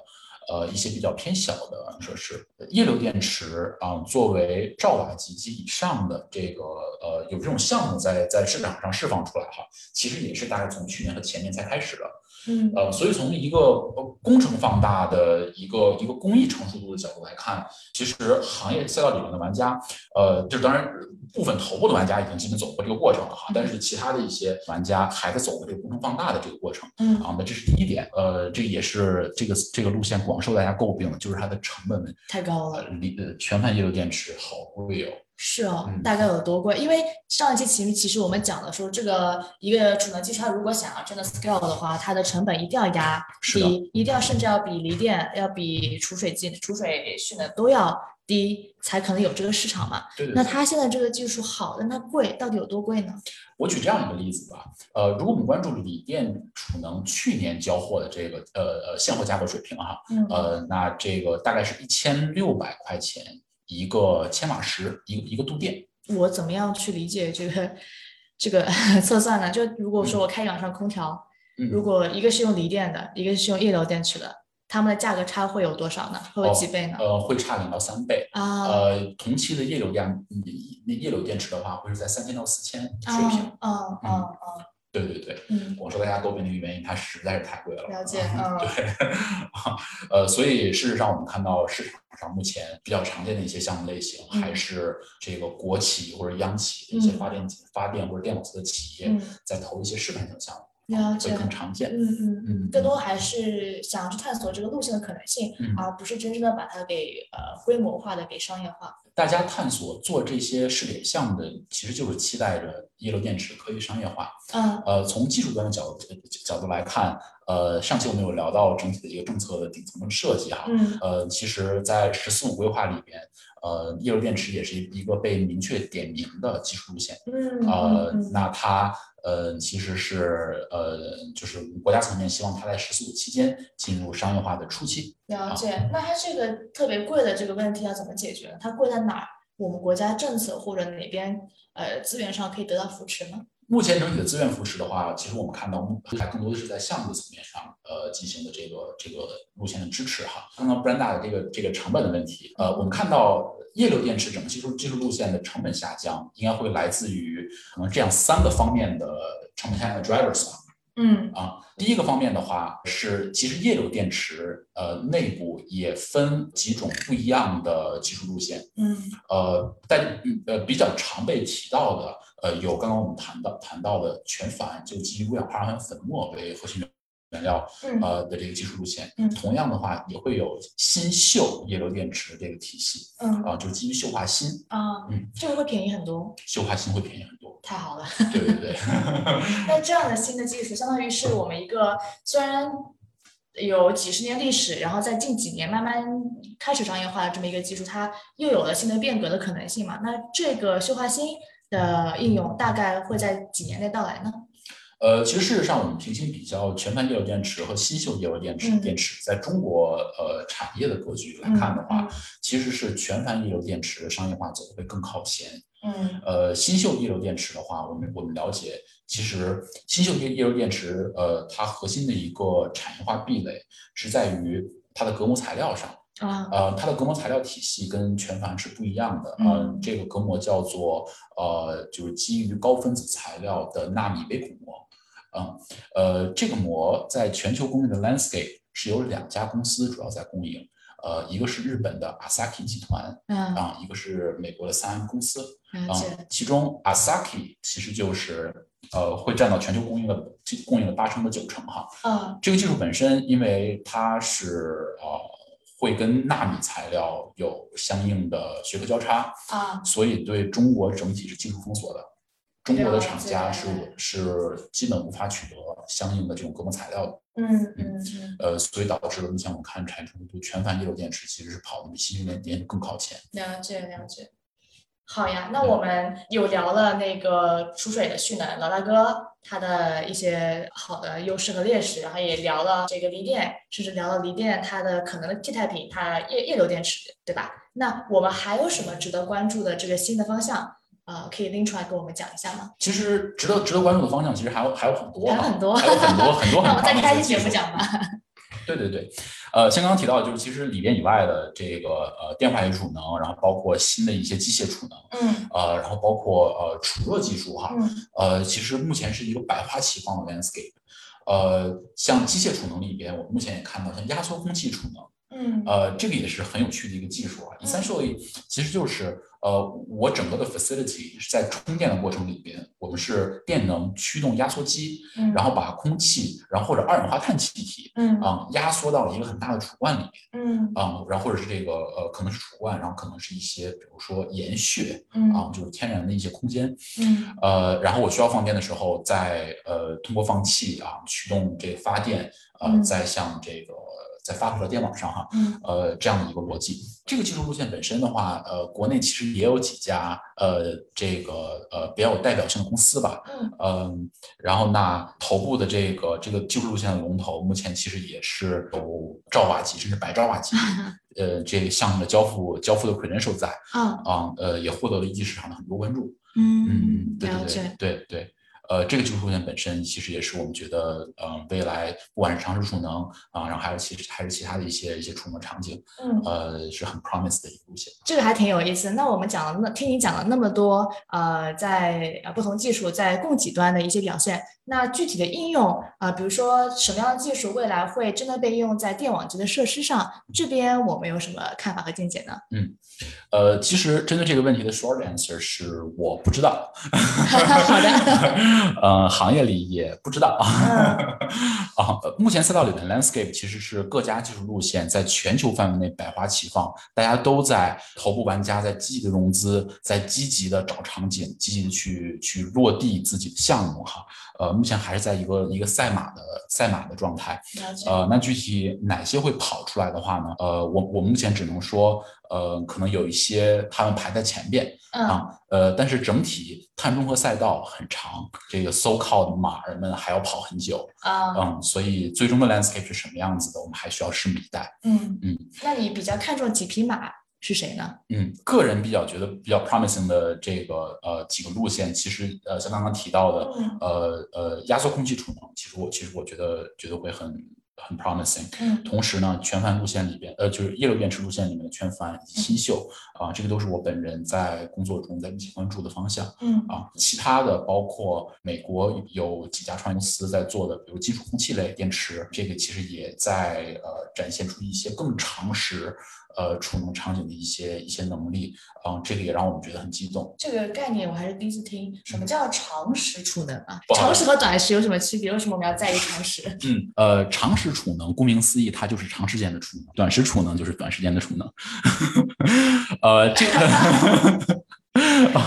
Speaker 1: 呃，一些比较偏小的设施，液流电池啊、作为兆瓦级及以上的这个呃，有这种项目在在市场上释放出来哈，其实也是大概从去年和前年才开始的。
Speaker 2: 嗯
Speaker 1: 呃，所以从一个呃工程放大的一个一个工艺成熟度的角度来看，其实行业赛道里面的玩家，呃，这当然部分头部的玩家已经基本走过这个过程了哈，但是其他的一些玩家还在走过这个工程放大的这个过程。
Speaker 2: 嗯
Speaker 1: 啊，那这是第一点，呃，这也是这个这个路线广受大家诟病的，就是它的成本问题。
Speaker 2: 太高
Speaker 1: 呃
Speaker 2: 了。
Speaker 1: 锂呃全盘液流电池好贵哦，
Speaker 2: 是哦，
Speaker 1: 嗯
Speaker 2: 大概有多贵？因为上一期其实其实我们讲了说，这个一个储能机它如果想要真的 scale 的话，它的成本一定要压
Speaker 1: 是的嗯
Speaker 2: 低，一定要甚至要比锂电、要比储水机、储水蓄能都要低，才可能有这个市场嘛。
Speaker 1: 对对
Speaker 2: 那
Speaker 1: 对。
Speaker 2: 它现在这个技术好，但它贵，到底有多贵呢？
Speaker 1: 我举这样一个例子吧，呃，如果我们关注锂电储能去年交货的这个呃呃现货价格水平哈，
Speaker 2: 嗯
Speaker 1: 呃，那这个大概是一千六百块钱一个千瓦时，一个一个度电。
Speaker 2: 嗯我怎么样去理解这个这个 测算呢？就如果说我开两扇空调，
Speaker 1: 嗯
Speaker 2: 如果一个是用锂电的，一个是用液流电池的，它们的价格差会有多少呢？会有
Speaker 1: 哦
Speaker 2: 几倍呢？
Speaker 1: 呃，会差两到三倍。
Speaker 2: 啊，
Speaker 1: 呃，同期的液流电，嗯那液流电池的话，会是在三千到四千水平。
Speaker 2: 啊啊啊啊！
Speaker 1: 对对对，
Speaker 2: 嗯，
Speaker 1: 我说大家诟病的一个原因，它实在是太贵了。
Speaker 2: 了解，嗯，
Speaker 1: 对，呃，所以事实上我们看到市场上目前比较常见的一些项目类型，
Speaker 2: 嗯
Speaker 1: 还是这个国企或者央企的一些
Speaker 2: 嗯
Speaker 1: 发电、发电或者电网司的企业
Speaker 2: 嗯，
Speaker 1: 在投一些示范性项目，
Speaker 2: 了
Speaker 1: 会
Speaker 2: 解
Speaker 1: 更常见。
Speaker 2: 嗯嗯，
Speaker 1: 嗯，
Speaker 2: 更多还是想要去探索这个路线的可能性，
Speaker 1: 嗯
Speaker 2: 而不是真正的把它给呃规模化的给商业化。
Speaker 1: 大家探索做这些试点项目的，其实就是期待着液流电池可以商业化。
Speaker 2: 嗯
Speaker 1: 呃，从技术端的角度角度来看，呃，上期我们有聊到整体的一个政策的顶层的设计哈、
Speaker 2: 嗯
Speaker 1: 呃，其实，在“十四五”规划里边，呃，液流电池也是一个被明确点名的技术路线。
Speaker 2: 嗯
Speaker 1: 呃
Speaker 2: 嗯，
Speaker 1: 那它呃其实是呃，就是国家层面希望它在“十四五”期间进入商业化的初期。
Speaker 2: 了解。那它这个特别贵的这个问题要怎么解决呢？它贵在哪儿？我们国家政策或者哪边呃资源上可以得到扶持呢？
Speaker 1: 目前整体的资源扶持的话，其实我们看到还更多的是在项目层面上，呃，进行的这个这个路线的支持哈。刚刚 Brenda 的这个这个成本的问题，呃，我们看到液流电池整个技术技术路线的成本下降，应该会来自于可能这样三个方面的成本下降的 drivers 吧。
Speaker 2: 嗯
Speaker 1: 啊，第一个方面的话是，其实液流电池呃内部也分几种不一样的技术路线，
Speaker 2: 嗯
Speaker 1: 呃，但嗯呃比较常被提到的，呃，有刚刚我们谈到谈到的全钒，就基于二氧化碳粉末为核心原料，
Speaker 2: 嗯
Speaker 1: 呃的这个技术路线。
Speaker 2: 嗯
Speaker 1: 同样的话，也会有新铀液流电池这个体系
Speaker 2: 嗯
Speaker 1: 啊、就基于溴化锌，
Speaker 2: 啊
Speaker 1: 嗯，
Speaker 2: 这个会便宜很多，
Speaker 1: 溴化锌会便宜很多。
Speaker 2: 太好了。
Speaker 1: 对对对，
Speaker 2: 那这样的新的技术，相当于是我们一个虽然有几十年历史，然后在近几年慢慢开始商业化的这么一个技术，它又有了新的变革的可能性嘛？那这个溴化锌的应用大概会在几年内到来呢？
Speaker 1: 呃，其实事实上，我们平行比较全钒液流电池和新铀液流电池
Speaker 2: 嗯
Speaker 1: 电池，在中国呃产业的格局来看的话，其实是全钒液流电池的商业化走得会更靠前。
Speaker 2: 嗯，
Speaker 1: 呃，新秀液流电池的话，我们我们了解，其实新秀液液流电池，呃，它核心的一个产业化壁垒是在于它的隔膜材料上。
Speaker 2: 嗯啊，
Speaker 1: 呃，它的隔膜材料体系跟全钒是不一样的。呃
Speaker 2: 嗯，
Speaker 1: 这个隔膜叫做呃，就是基于高分子材料的纳米微孔膜。嗯，呃，这个膜在全球供应的 landscape 是由两家公司主要在供应，呃，一个是日本的 Asahi 集团
Speaker 2: 嗯，
Speaker 1: 啊、一个是美国的三安公司。
Speaker 2: 了
Speaker 1: 啊
Speaker 2: 解，，
Speaker 1: 其中 Asahi 其实就是呃会占到全球供应的供应的八成到九成哈。
Speaker 2: 嗯
Speaker 1: 这个技术本身，因为它是呃会跟纳米材料有相应的学科交叉，
Speaker 2: 啊，
Speaker 1: 所以对中国整体是技术封锁的。中国的厂家是
Speaker 2: 了解
Speaker 1: 是基本无法取得相应的这种隔膜材料的，
Speaker 2: 嗯嗯嗯，
Speaker 1: 呃，所以导致了你像我看产出度全反叶流电池其实是跑的比新能源电池更靠前。
Speaker 2: 了解了解。好呀，那我们有聊了那个出水的蓄能，老大哥他的一些好的优势和劣势，然后也聊了这个锂电，甚至聊了锂电它的可能的替代品，它液液流电池，对吧？那我们还有什么值得关注的这个新的方向？呃，可以拎出来给我们讲一下吗？
Speaker 1: 其实值得值得关注的方向，其实还有还有很多啊，
Speaker 2: 还有很多
Speaker 1: 还有很多很 多
Speaker 2: 那我
Speaker 1: 很
Speaker 2: 们再
Speaker 1: 棒的
Speaker 2: 开一
Speaker 1: 一
Speaker 2: 期
Speaker 1: 些
Speaker 2: 节
Speaker 1: 技
Speaker 2: 目
Speaker 1: 术。
Speaker 2: 讲 吧。
Speaker 1: 对对对，呃，像刚刚提到，就是其实锂电以外的这个呃电化学储能，然后包括新的一些机械储能，
Speaker 2: 嗯
Speaker 1: 呃，然后包括呃储热技术哈，
Speaker 2: 嗯
Speaker 1: 呃，其实目前是一个百花齐放的 landscape。呃，像机械储能里边，我目前也看到像压缩空气储能，
Speaker 2: 嗯
Speaker 1: 呃，这个也是很有趣的一个技术啊。Essentially，其实就是呃，我整个的 facility 是在充电的过程里边，我们是电能驱动压缩机，
Speaker 2: 嗯，
Speaker 1: 然后把空气，然后或者二氧化碳气体
Speaker 2: 嗯
Speaker 1: 啊、压缩到了一个很大的储罐里面
Speaker 2: 嗯
Speaker 1: 啊、然后或者是这个呃，可能是储罐，然后可能是一些比如说岩屑
Speaker 2: 嗯
Speaker 1: 啊、就是天然的一些空间，
Speaker 2: 嗯
Speaker 1: 呃，然后我需要放电的时候再，呃通过放气啊驱动这个发电，呃，
Speaker 2: 嗯
Speaker 1: 再向这个再发回到电网上哈，
Speaker 2: 嗯
Speaker 1: 呃这样的一个逻辑。这个技术路线本身的话，呃，国内其实也有几家呃这个呃比较有代表性的公司吧，
Speaker 2: 嗯
Speaker 1: 嗯，然后那头部的这个这个技术路线的龙头，目前其实也是有兆瓦级甚至百兆瓦 级，呃，这个项目的交付交付的 credential 在
Speaker 3: 啊，
Speaker 1: 啊、呃，也获得了一级市场的很多关注。嗯
Speaker 3: 嗯，，
Speaker 2: 哦
Speaker 1: 对
Speaker 3: 了
Speaker 1: 对
Speaker 3: 解
Speaker 1: 对，对对，呃，这个技术路线本身其实也是我们觉得，呃，未来不管是长时储能啊、然后还有其实还是其他的一些一些储能场景，
Speaker 2: 嗯。
Speaker 1: 呃，是很 promise 的一个路线。
Speaker 3: 这个还挺有意思。那我们讲了那听你讲了那么多，呃，在呃不同技术在供给端的一些表现，那具体的应用啊、呃比如说什么样的技术未来会真的被应用在电网级的设施上，这边我们有什么看法和见解呢？
Speaker 1: 呃，其实针对这个问题的 short answer 是我不知道，
Speaker 3: 好 的，
Speaker 1: 呃，行业里也不知道。
Speaker 2: 嗯
Speaker 1: 啊，呃目前赛道里面 landscape 其实是各家技术路线在全球范围内百花齐放，大家都在头部玩家在积极的融资，在积极的找场景，积极的去去落地自己的项目哈。呃，目前还是在一个一个赛马的赛马的状态。
Speaker 2: 了解，
Speaker 1: 呃，那具体哪些会跑出来的话呢？呃，我我目前只能说，呃，可能有一些他们排在前边，
Speaker 2: 嗯
Speaker 1: 啊，呃，但是整体碳中和赛道很长，这个 so called 马儿们还要跑很久，
Speaker 3: 呃
Speaker 2: 啊
Speaker 1: 嗯，所以最终的 landscape 是什么样子的，我们还需要拭目以待。
Speaker 2: 嗯
Speaker 1: 嗯，
Speaker 2: 那你比较看重几匹马是谁呢？
Speaker 1: 嗯，个人比较觉得比较 promising 的这个呃几个路线，其实呃像刚刚提到的，
Speaker 2: 嗯
Speaker 1: 呃呃压缩空气储能，其实我其实我觉得觉得会很很 promising。
Speaker 2: 嗯
Speaker 1: 同时呢，全帆路线里边，呃，就是液流电池路线里面的全帆以及新秀啊、这个都是我本人在工作中在密切关注的方向。
Speaker 2: 嗯
Speaker 1: 啊，其他的包括美国有几家创业公司在做的，比如金属空气类电池，这个其实也在呃展现出一些更常识，呃储能场景的一些一些能力，啊、这个也让我们觉得很激动。
Speaker 2: 这个概念我还是第一次听，什么叫常识储能啊？
Speaker 1: 不好
Speaker 2: 常识和短时有什么区别？为什么我们要在意常识？
Speaker 1: 嗯，呃，长时储能，顾名思义，它就是长时间的储能；短时储能就是短时间的储能。 呃，这个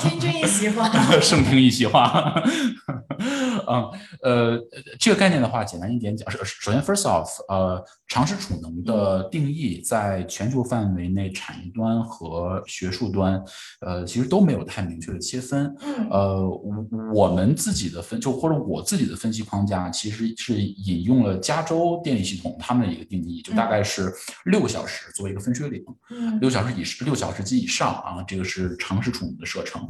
Speaker 2: 听君一席话。
Speaker 1: 盛听一席话。 嗯，呃，这个概念的话，简单一点讲，首首先，first off，呃，常识储能的定义在全球范围内产业端和学术端，呃，其实都没有太明确的切分。
Speaker 2: 嗯
Speaker 1: 呃，我我们自己的分就或者我自己的分析框架，其实是引用了加州电力系统他们的一个定义，就大概是六小时作为一个分水岭。
Speaker 2: 嗯
Speaker 1: 六小时以六小时及以上啊，这个是长时储能的射程；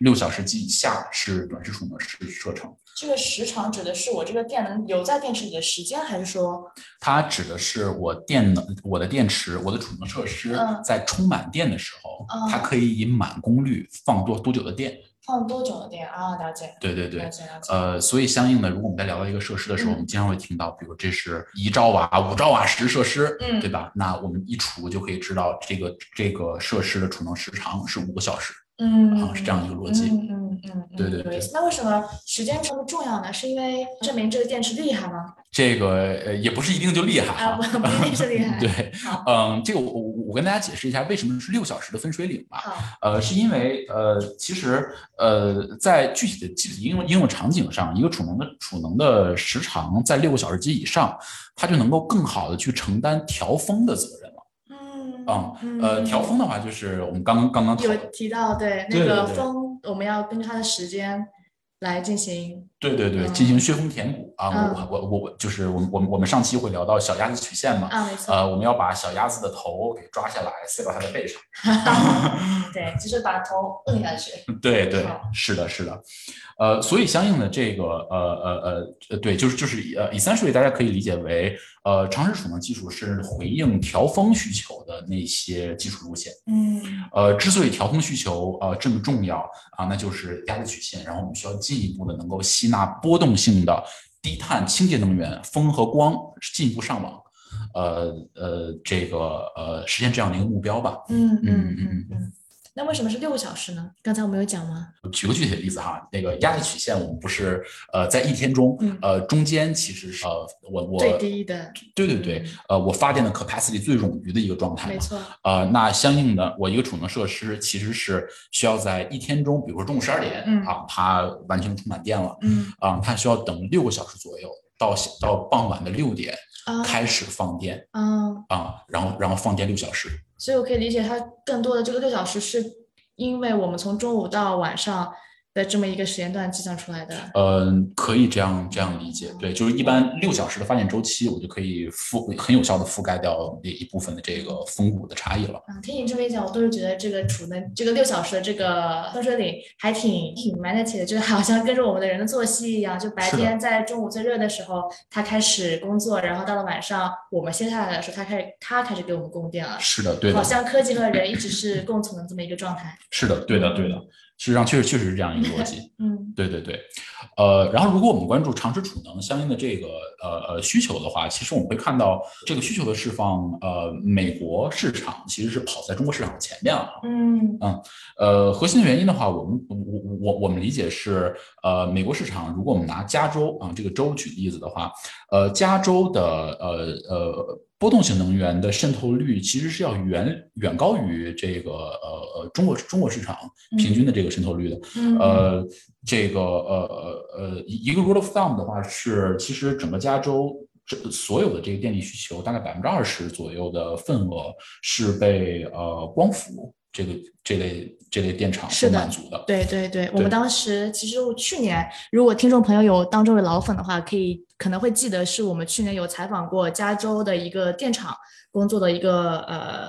Speaker 1: 六小时及以下是短时储能是射程。
Speaker 2: 这个时长指的是我这个电能留在电池里的时间，还是说，
Speaker 1: 它指的是我电能、我的电池、我的储能设施
Speaker 2: 嗯
Speaker 1: 在充满电的时候，
Speaker 2: 嗯
Speaker 1: 它可以以满功率放多多久的电？
Speaker 2: 放多久的电啊？了解，
Speaker 1: 对对
Speaker 2: 了
Speaker 1: 对。
Speaker 2: 解，了解。
Speaker 1: 呃，所以相应的，如果我们在聊到一个设施的时候，
Speaker 2: 嗯
Speaker 1: 我们经常会听到，比如这是一兆瓦、五兆瓦时设施，
Speaker 2: 嗯
Speaker 1: 对吧？那我们一除就可以知道这个这个设施的储能时长是五个小时。
Speaker 2: 嗯，
Speaker 1: 啊，是这样一个逻辑。
Speaker 2: 嗯嗯嗯，嗯
Speaker 1: 对对
Speaker 2: 有意思
Speaker 1: 对
Speaker 2: 那为什么时间这么重要呢？是因为证明这个电池厉害吗？
Speaker 1: 这个呃也不是一定就厉害
Speaker 2: 啊，
Speaker 1: 哈
Speaker 2: 不，不一定是厉 害。
Speaker 1: 对，
Speaker 2: 好
Speaker 1: 嗯，这个我我我跟大家解释一下为什么是六小时的分水岭吧。
Speaker 2: 好，
Speaker 1: 呃，是因为呃，其实呃，在具体的具体应用应用场景上，一个储能的储能的时长在六个小时及以上，它就能够更好的去承担调峰的责任了。
Speaker 2: 嗯
Speaker 1: 啊
Speaker 2: 嗯
Speaker 1: 呃，调峰的话，就是我们刚刚刚刚讨
Speaker 2: 有
Speaker 1: 论，
Speaker 2: 提到对那
Speaker 1: 对对
Speaker 2: 个
Speaker 1: 对
Speaker 2: 风，我们要根据它的时间来进行。
Speaker 1: 对对对，
Speaker 2: 嗯
Speaker 1: 进行削峰填谷啊。我
Speaker 2: 嗯
Speaker 1: 我我我就是我们我们我们上期会聊到小鸭子曲线嘛，
Speaker 2: 啊，没错，
Speaker 1: 呃，我们要把小鸭子的头给抓下来，塞到它的背上。
Speaker 2: 对，就是把头摁下去。
Speaker 1: 对对
Speaker 2: 好，
Speaker 1: 是的，是的，呃，所以相应的这个呃呃呃呃，对，就是就是呃，essentially 大家可以理解为，呃，长时储能技术是回应调峰需求的那些技术路线。
Speaker 2: 嗯
Speaker 1: 呃，之所以调峰需求呃这么重要啊，那就是压力曲线，然后我们需要进一步的能够吸纳波动性的低碳清洁能源，风和光进一步上网，呃呃，这个呃实现这样的一个目标吧。
Speaker 2: 嗯
Speaker 1: 嗯
Speaker 2: 嗯
Speaker 1: 嗯
Speaker 2: 嗯嗯。那为什么是六个小时呢？刚才我们有讲吗？
Speaker 1: 举个具体的例子哈，那个压力曲线，我们不是呃在一天中
Speaker 2: 嗯，
Speaker 1: 呃中间其实是呃我我
Speaker 2: 最低的，
Speaker 1: 对对对，呃我发电的 capacity 最冗余的一个状态
Speaker 2: 没
Speaker 1: 嘛。
Speaker 2: 错。
Speaker 1: 呃，那相应的，我一个储能设施其实是需要在一天中，比如说中午十二点、
Speaker 2: 嗯
Speaker 1: 啊，它完全充满电了
Speaker 2: 嗯
Speaker 1: 啊、它需要等六个小时左右，到到傍晚的六点
Speaker 2: 啊
Speaker 1: 开始放电
Speaker 2: 嗯，
Speaker 1: 啊、然后然后放电六小时。
Speaker 2: 所以我可以理解它更多的这个六小时，是因为我们从中午到晚上的这么一个时间段计算出来的。
Speaker 1: 呃，可以这样这样理解，对，就是一般六小时的发电周期，我就可以覆很有效的覆盖掉一一部分的这个峰谷的差异了。
Speaker 2: 嗯，听你这么一讲，我都是觉得这个储能这个六小时的这个分水岭还挺挺 humanity 的，就是好像跟着我们的人的作息一样，就白
Speaker 1: 是的
Speaker 2: 天在中午最热的时候，它开始工作，然后到了晚上我们歇下来的时候，它开始它开始给我们供电了。
Speaker 1: 是的，对
Speaker 2: 好
Speaker 1: 的，
Speaker 2: 像科技和人一直是共存的这么一个状态。
Speaker 1: 是的，对的，对的，事实上确实确实是这样一个逻 辑。
Speaker 2: 嗯
Speaker 1: 对对对，呃，然后如果我们关注长时储能相应的这个呃呃需求的话，其实我们会看到这个需求的释放，呃，美国市场其实是跑在中国市场前面了。
Speaker 2: 嗯
Speaker 1: 呃，核心的原因的话，我们我我我我们理解是，呃，美国市场，如果我们拿加州啊、这个州举例子的话，呃，加州的呃呃波动性能源的渗透率其实是要远远高于这个呃呃中国中国市场平均的这个渗透率的。
Speaker 2: 嗯
Speaker 1: 呃，这个呃呃呃一个 rule of thumb 的话是，其实整个加州。这所有的这个电力需求，大概百分之二十左右的份额是被呃光伏这个这类这类电厂
Speaker 2: 是
Speaker 1: 所
Speaker 2: 的
Speaker 1: 满足的。
Speaker 2: 对对对，我
Speaker 1: 对
Speaker 2: 们当时其实我去年，如果听众朋友有当州的老粉的话，可以可能会记得是我们去年有采访过加州的一个电厂工作的一个呃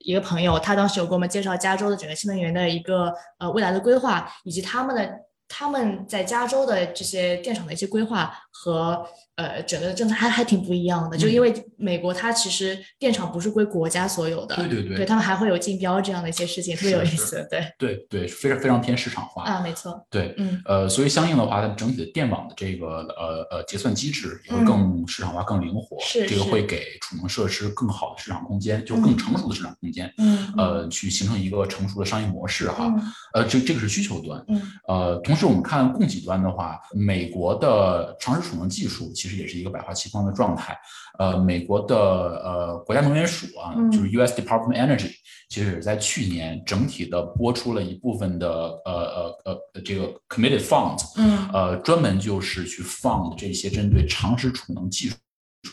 Speaker 2: 一个朋友，他当时有给我们介绍加州的整个新能源的一个呃未来的规划，以及他们的他们在加州的这些电厂的一些规划和呃整个的政策还还挺不一样的，就
Speaker 1: 嗯
Speaker 2: 因为美国它其实电厂不是归国家所有的，
Speaker 1: 对对对
Speaker 2: 对他们还会有竞标这样的一些事情，特别
Speaker 1: 是
Speaker 2: 有意
Speaker 1: 是
Speaker 2: 思，对
Speaker 1: 对对，非常非常偏市场化。
Speaker 2: 啊，没错。
Speaker 1: 对，
Speaker 2: 嗯
Speaker 1: 呃，所以相应的话，它整体的电网的这个呃呃结算机制也会更市场化、更灵活，
Speaker 2: 嗯是
Speaker 1: 这个
Speaker 2: 是
Speaker 1: 会给储能设施更好的市场空间，就是更成熟的市场空间，
Speaker 2: 嗯，
Speaker 1: 呃，去形成一个成熟的商业模式哈。
Speaker 2: 嗯
Speaker 1: 呃，这这个是需求端，
Speaker 2: 嗯
Speaker 1: 呃，同时我们看供给端的话，美国的长时储能技术其实也是一个百花齐放的状态。呃，美国的呃国家能源署啊，
Speaker 2: 嗯
Speaker 1: 就是 U.S. Department of Energy，其实也是在去年整体的拨出了一部分的呃呃呃呃这个 committed fund，
Speaker 2: 嗯
Speaker 1: 呃，专门就是去放这些针对长时储能技术。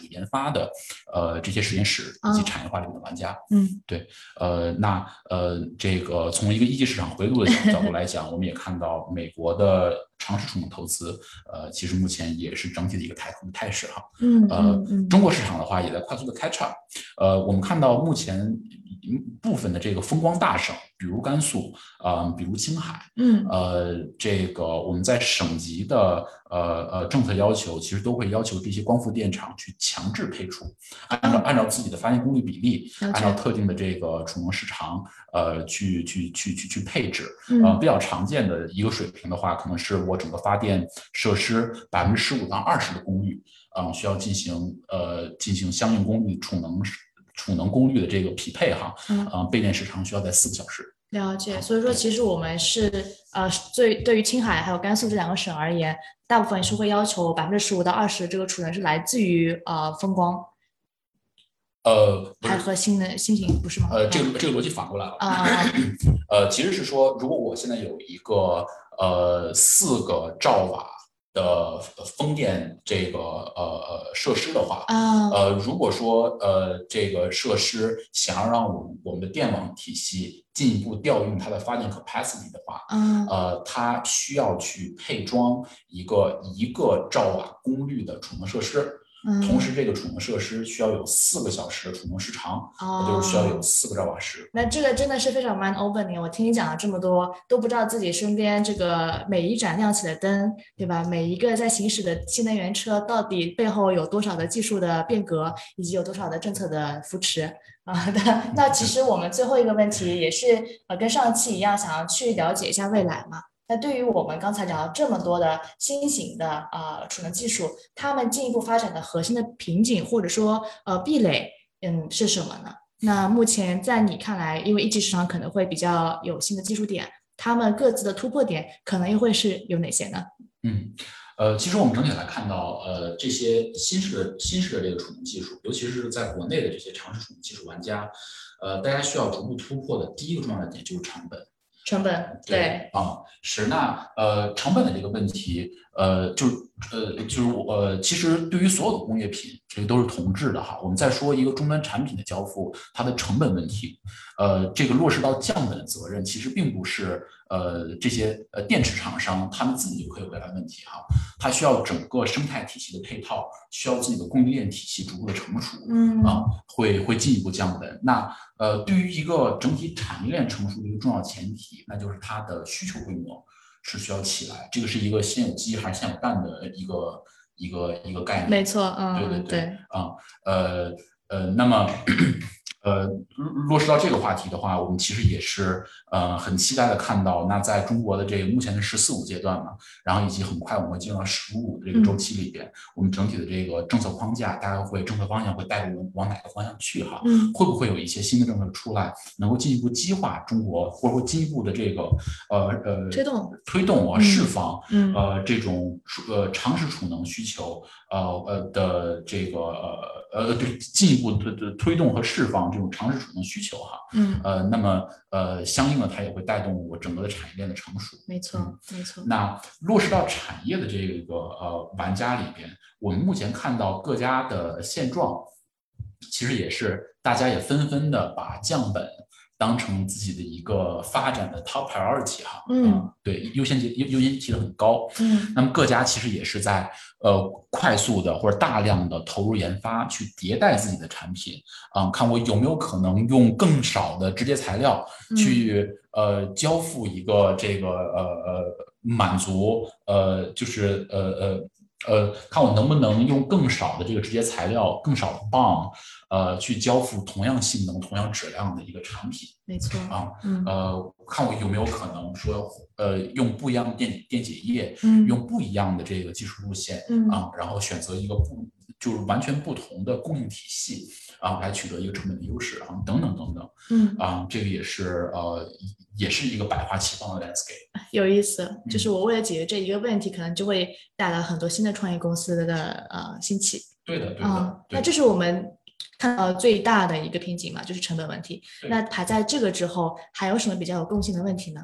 Speaker 1: 研发的，呃，这些实验室以及
Speaker 2: 哦
Speaker 1: 产业化里面的玩家，
Speaker 2: 嗯
Speaker 1: 呃，那呃，这个从一个一级市场回路的角角度来讲，我们也看到美国的长时储能投资，呃，其实目前也是整体的一个抬头的态势哈。
Speaker 2: 嗯
Speaker 1: 呃
Speaker 2: 嗯嗯，
Speaker 1: 中国市场的话也在快速的 catch up。呃，我们看到目前部分的这个风光大省，比如甘肃，啊、比如青海，
Speaker 2: 嗯
Speaker 1: 呃，这个我们在省级的呃呃政策要求，其实都会要求这些光伏电厂去强制配储，按照按照自己的发电功率比例，
Speaker 2: 嗯了
Speaker 1: 按
Speaker 2: 解
Speaker 1: 照特定的这个储能时长，呃，去去去去去配置。呃，
Speaker 2: 嗯
Speaker 1: 比较常见的一个水平的话，可能是我整个发电设施百分之十五到二十的功率，嗯、需要进行呃进行相应功率储能储能功率的这个匹配哈，呃
Speaker 2: 嗯
Speaker 1: 啊、备电时长需要在四个小时。
Speaker 2: 了解，所以说其实我们是呃，对对于青海还有甘肃这两个省而言，大部分是会要求百分之十五到二十这个储能是来自于呃风光，
Speaker 1: 呃，不是
Speaker 2: 还和新能新型不是吗？
Speaker 1: 呃，这个这个逻辑反过来了。
Speaker 2: 啊、
Speaker 1: 呃，其实是说，如果我现在有一个呃四个兆瓦的风电这个呃呃设施的话，
Speaker 2: 啊
Speaker 1: 呃，如果说呃这个设施想要让我们我们的电网体系进一步调用它的发电 capacity 的话，
Speaker 2: 啊
Speaker 1: 呃，它需要去配装一个一个兆瓦功率的储能设施，
Speaker 2: 嗯，
Speaker 1: 同时这个储能设施需要有四个小时的储能时长，
Speaker 2: 啊
Speaker 1: 也就是需要有四个兆瓦时。
Speaker 2: 那这个真的是非常 mind opening。我听你讲了这么多，都不知道自己身边这个每一盏亮起的灯，对吧？每一个在行驶的新能源车到底背后有多少的技术的变革，以及有多少的政策的扶持啊？ 那那其实我们最后一个问题也是呃跟上期一样，想要去了解一下未来嘛。那对于我们刚才聊这么多的新型的呃储能技术，它们进一步发展的核心的瓶颈或者说呃壁垒，嗯是什么呢？那目前在你看来，因为一级市场可能会比较有新的技术点，他们各自的突破点可能又会是有哪些呢？
Speaker 1: 嗯，呃，其实我们整体来看到，呃，这些新式的新式的这个储能技术，尤其是在国内的这些尝试储能技术玩家，呃，大家需要逐步突破的第一个重要的点就是成本。
Speaker 2: 成本对，
Speaker 1: 啊，是那呃成本的这个问题，呃就是呃就是我呃其实对于所有的工业品，这个都是同质的哈。我们再说一个终端产品的交付，它的成本问题，呃这个落实到降本的责任，其实并不是呃这些呃电池厂商他们自己就可以回答的问题哈，它需要整个生态体系的配套，需要自己的供应链体系逐步的成熟，
Speaker 2: 嗯
Speaker 1: 啊，会会进一步降温。那呃，对于一个整体产业链成熟的一个重要前提，那就是它的需求规模是需要起来，这个是一个先有鸡还是先有蛋的一个一个一个概念
Speaker 2: 没错，
Speaker 1: 对对
Speaker 2: 嗯，
Speaker 1: 对啊。呃呃，那么呃落落实到这个话题的话，我们其实也是呃很期待的看到，那在中国的这个目前的“十四五”阶段嘛，然后以及很快我们会进入到“十五”的这
Speaker 2: 嗯
Speaker 1: 个周期里边，我们整体的这个政策框架，大家会政策方向会带着我们往哪个方向去哈？
Speaker 2: 嗯
Speaker 1: 会不会有一些新的政策出来，能够进一步激化中国，或者说进一步的这个呃呃
Speaker 2: 推动
Speaker 1: 推动啊
Speaker 2: 嗯
Speaker 1: 释放
Speaker 2: 嗯
Speaker 1: 呃这种储呃常识储能需求呃呃的这个呃呃对进一步推推推动和释放这种常识储能需求哈
Speaker 2: 嗯，
Speaker 1: 呃那么呃相应的它也会带动我整个的产业链的成熟。
Speaker 2: 没错没错，
Speaker 1: 那落实到产业的这个呃玩家里边，我们目前看到各家的现状，其实也是大家也纷纷的把降本当成自己的一个发展的 top priority 哈，啊
Speaker 2: 嗯，
Speaker 1: 对，优先级优优先级提的很高。
Speaker 2: 嗯
Speaker 1: 那么各家其实也是在呃快速的或者大量的投入研发，去迭代自己的产品，啊、看我有没有可能用更少的直接材料
Speaker 2: 嗯
Speaker 1: 去、呃交付一个这个呃呃满足呃就是呃呃。呃，看我能不能用更少的这个直接材料、更少的磅，呃，去交付同样性能、同样质量的一个产品
Speaker 2: 没错，
Speaker 1: 啊。
Speaker 2: 嗯
Speaker 1: 呃，看我有没有可能说，呃，用不一样的电电解液，
Speaker 2: 嗯
Speaker 1: 用不一样的这个技术路线
Speaker 2: 嗯
Speaker 1: 啊，然后选择一个不就是完全不同的供应体系啊，来取得一个成本的优势啊，等等等等
Speaker 2: 嗯，
Speaker 1: 啊，这个也是呃，也是一个百花齐放的 landscape。
Speaker 2: 有意思，
Speaker 1: 嗯
Speaker 2: 就是我为了解决这一个问题，可能就会带来很多新的创业公司的呃兴起，
Speaker 1: 对的，对
Speaker 2: 嗯
Speaker 1: 的，，对
Speaker 2: 那这是我们看到最大的一个瓶颈嘛，就是成本问题。
Speaker 1: 对
Speaker 2: 那排在这个之后，还有什么比较有共性的问题呢？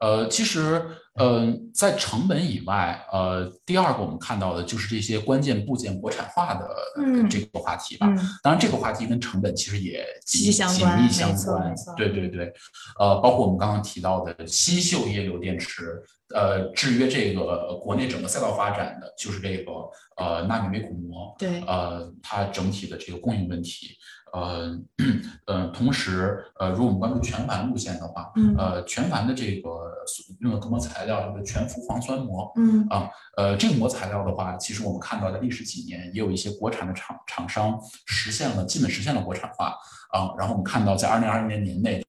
Speaker 1: 呃，其实，呃，在成本以外，呃，第二个我们看到的就是这些关键部件国产化的
Speaker 2: 嗯
Speaker 1: 这个话题吧。
Speaker 2: 嗯
Speaker 1: 当然，这个话题跟成本其实也紧
Speaker 2: 息息相关
Speaker 1: 紧密
Speaker 2: 没
Speaker 1: 相
Speaker 2: 错没
Speaker 1: 关
Speaker 2: 错。
Speaker 1: 对对对，呃，包括我们刚刚提到的新秀叶流电池，呃，制约这个国内整个赛道发展的就是这个呃纳米微孔膜，
Speaker 2: 对，
Speaker 1: 呃，它整体的这个供应问题。呃，呃，同时，呃，如果我们关注全盘路线的话，
Speaker 2: 嗯
Speaker 1: 呃，全盘的这个用的隔膜材料就是全氟磺酸膜，
Speaker 2: 嗯
Speaker 1: 呃，这个膜材料的话，其实我们看到在历史几年，也有一些国产的厂厂商实现了基本实现了国产化啊、然后我们看到，在二零二一年年内，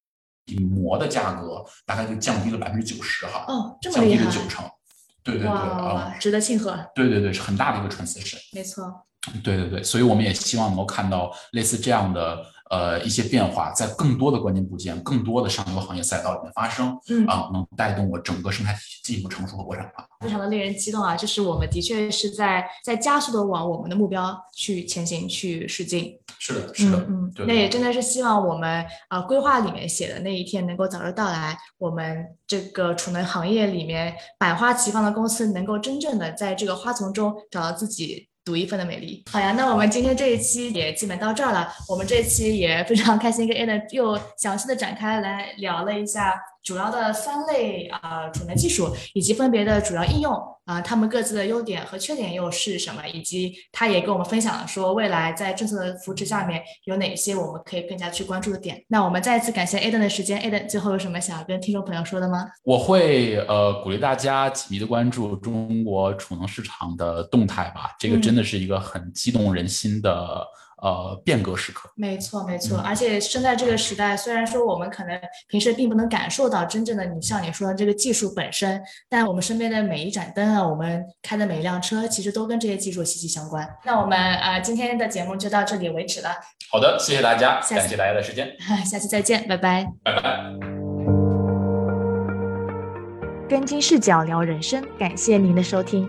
Speaker 1: 膜的价格大概就降低了百分之九十哈，
Speaker 2: 哦，这么
Speaker 1: 降
Speaker 2: 厉
Speaker 1: 低
Speaker 2: 害
Speaker 1: 了，九成。对对对啊、
Speaker 2: 哇，值得庆贺，
Speaker 1: 对对对，是很大的一个 transition。
Speaker 2: 没错，
Speaker 1: 对对对，所以我们也希望能够看到类似这样的呃一些变化，在更多的关键部件、更多的上游行业赛道里面发生，
Speaker 4: 嗯
Speaker 1: 啊，能带动我整个生态体系进一步成熟和啊国产化。
Speaker 2: 非常的令人激动啊！就是我们的确是在在加速的往我们的目标去前行去试进。
Speaker 1: 是的，是的，
Speaker 2: 嗯嗯，
Speaker 1: 对
Speaker 2: 那也真的是希望我们啊、呃规划里面写的那一天能够早日到来。我们这个储能行业里面百花齐放的公司，能够真正的在这个花丛中找到自己。独一份的美丽。好呀，那我们今天这一期也基本到这儿了。我们这一期也非常开心，跟 a d a 又详细的展开来聊了一下主要的三类啊、呃储能技术，以及分别的主要应用啊、它们各自的优点和缺点又是什么，以及他也跟我们分享了说未来在政策的扶持下面有哪些我们可以更加去关注的点。那我们再次感谢 Aden 的时间，Aden 最后有什么想要跟听众朋友说的吗？
Speaker 1: 我会呃鼓励大家紧密的关注中国储能市场的动态吧，这个
Speaker 2: 嗯
Speaker 1: 真的是一个很激动人心的呃变革时刻。
Speaker 2: 没错，没错，
Speaker 1: 嗯
Speaker 2: 而且生在这个时代，虽然说我们可能平时并不能感受到真正的你像你说的这个技术本身，但我们身边的每一盏灯啊，我们开的每一辆车，其实都跟这些技术息息相关。那我们啊、呃今天的节目就到这里为止了，
Speaker 1: 好的，谢谢大家，
Speaker 2: 下次
Speaker 1: 感谢大家的时间，
Speaker 2: 下期再见，拜拜。
Speaker 1: 拜拜。
Speaker 2: 跟金视角聊人生，感谢您的收听，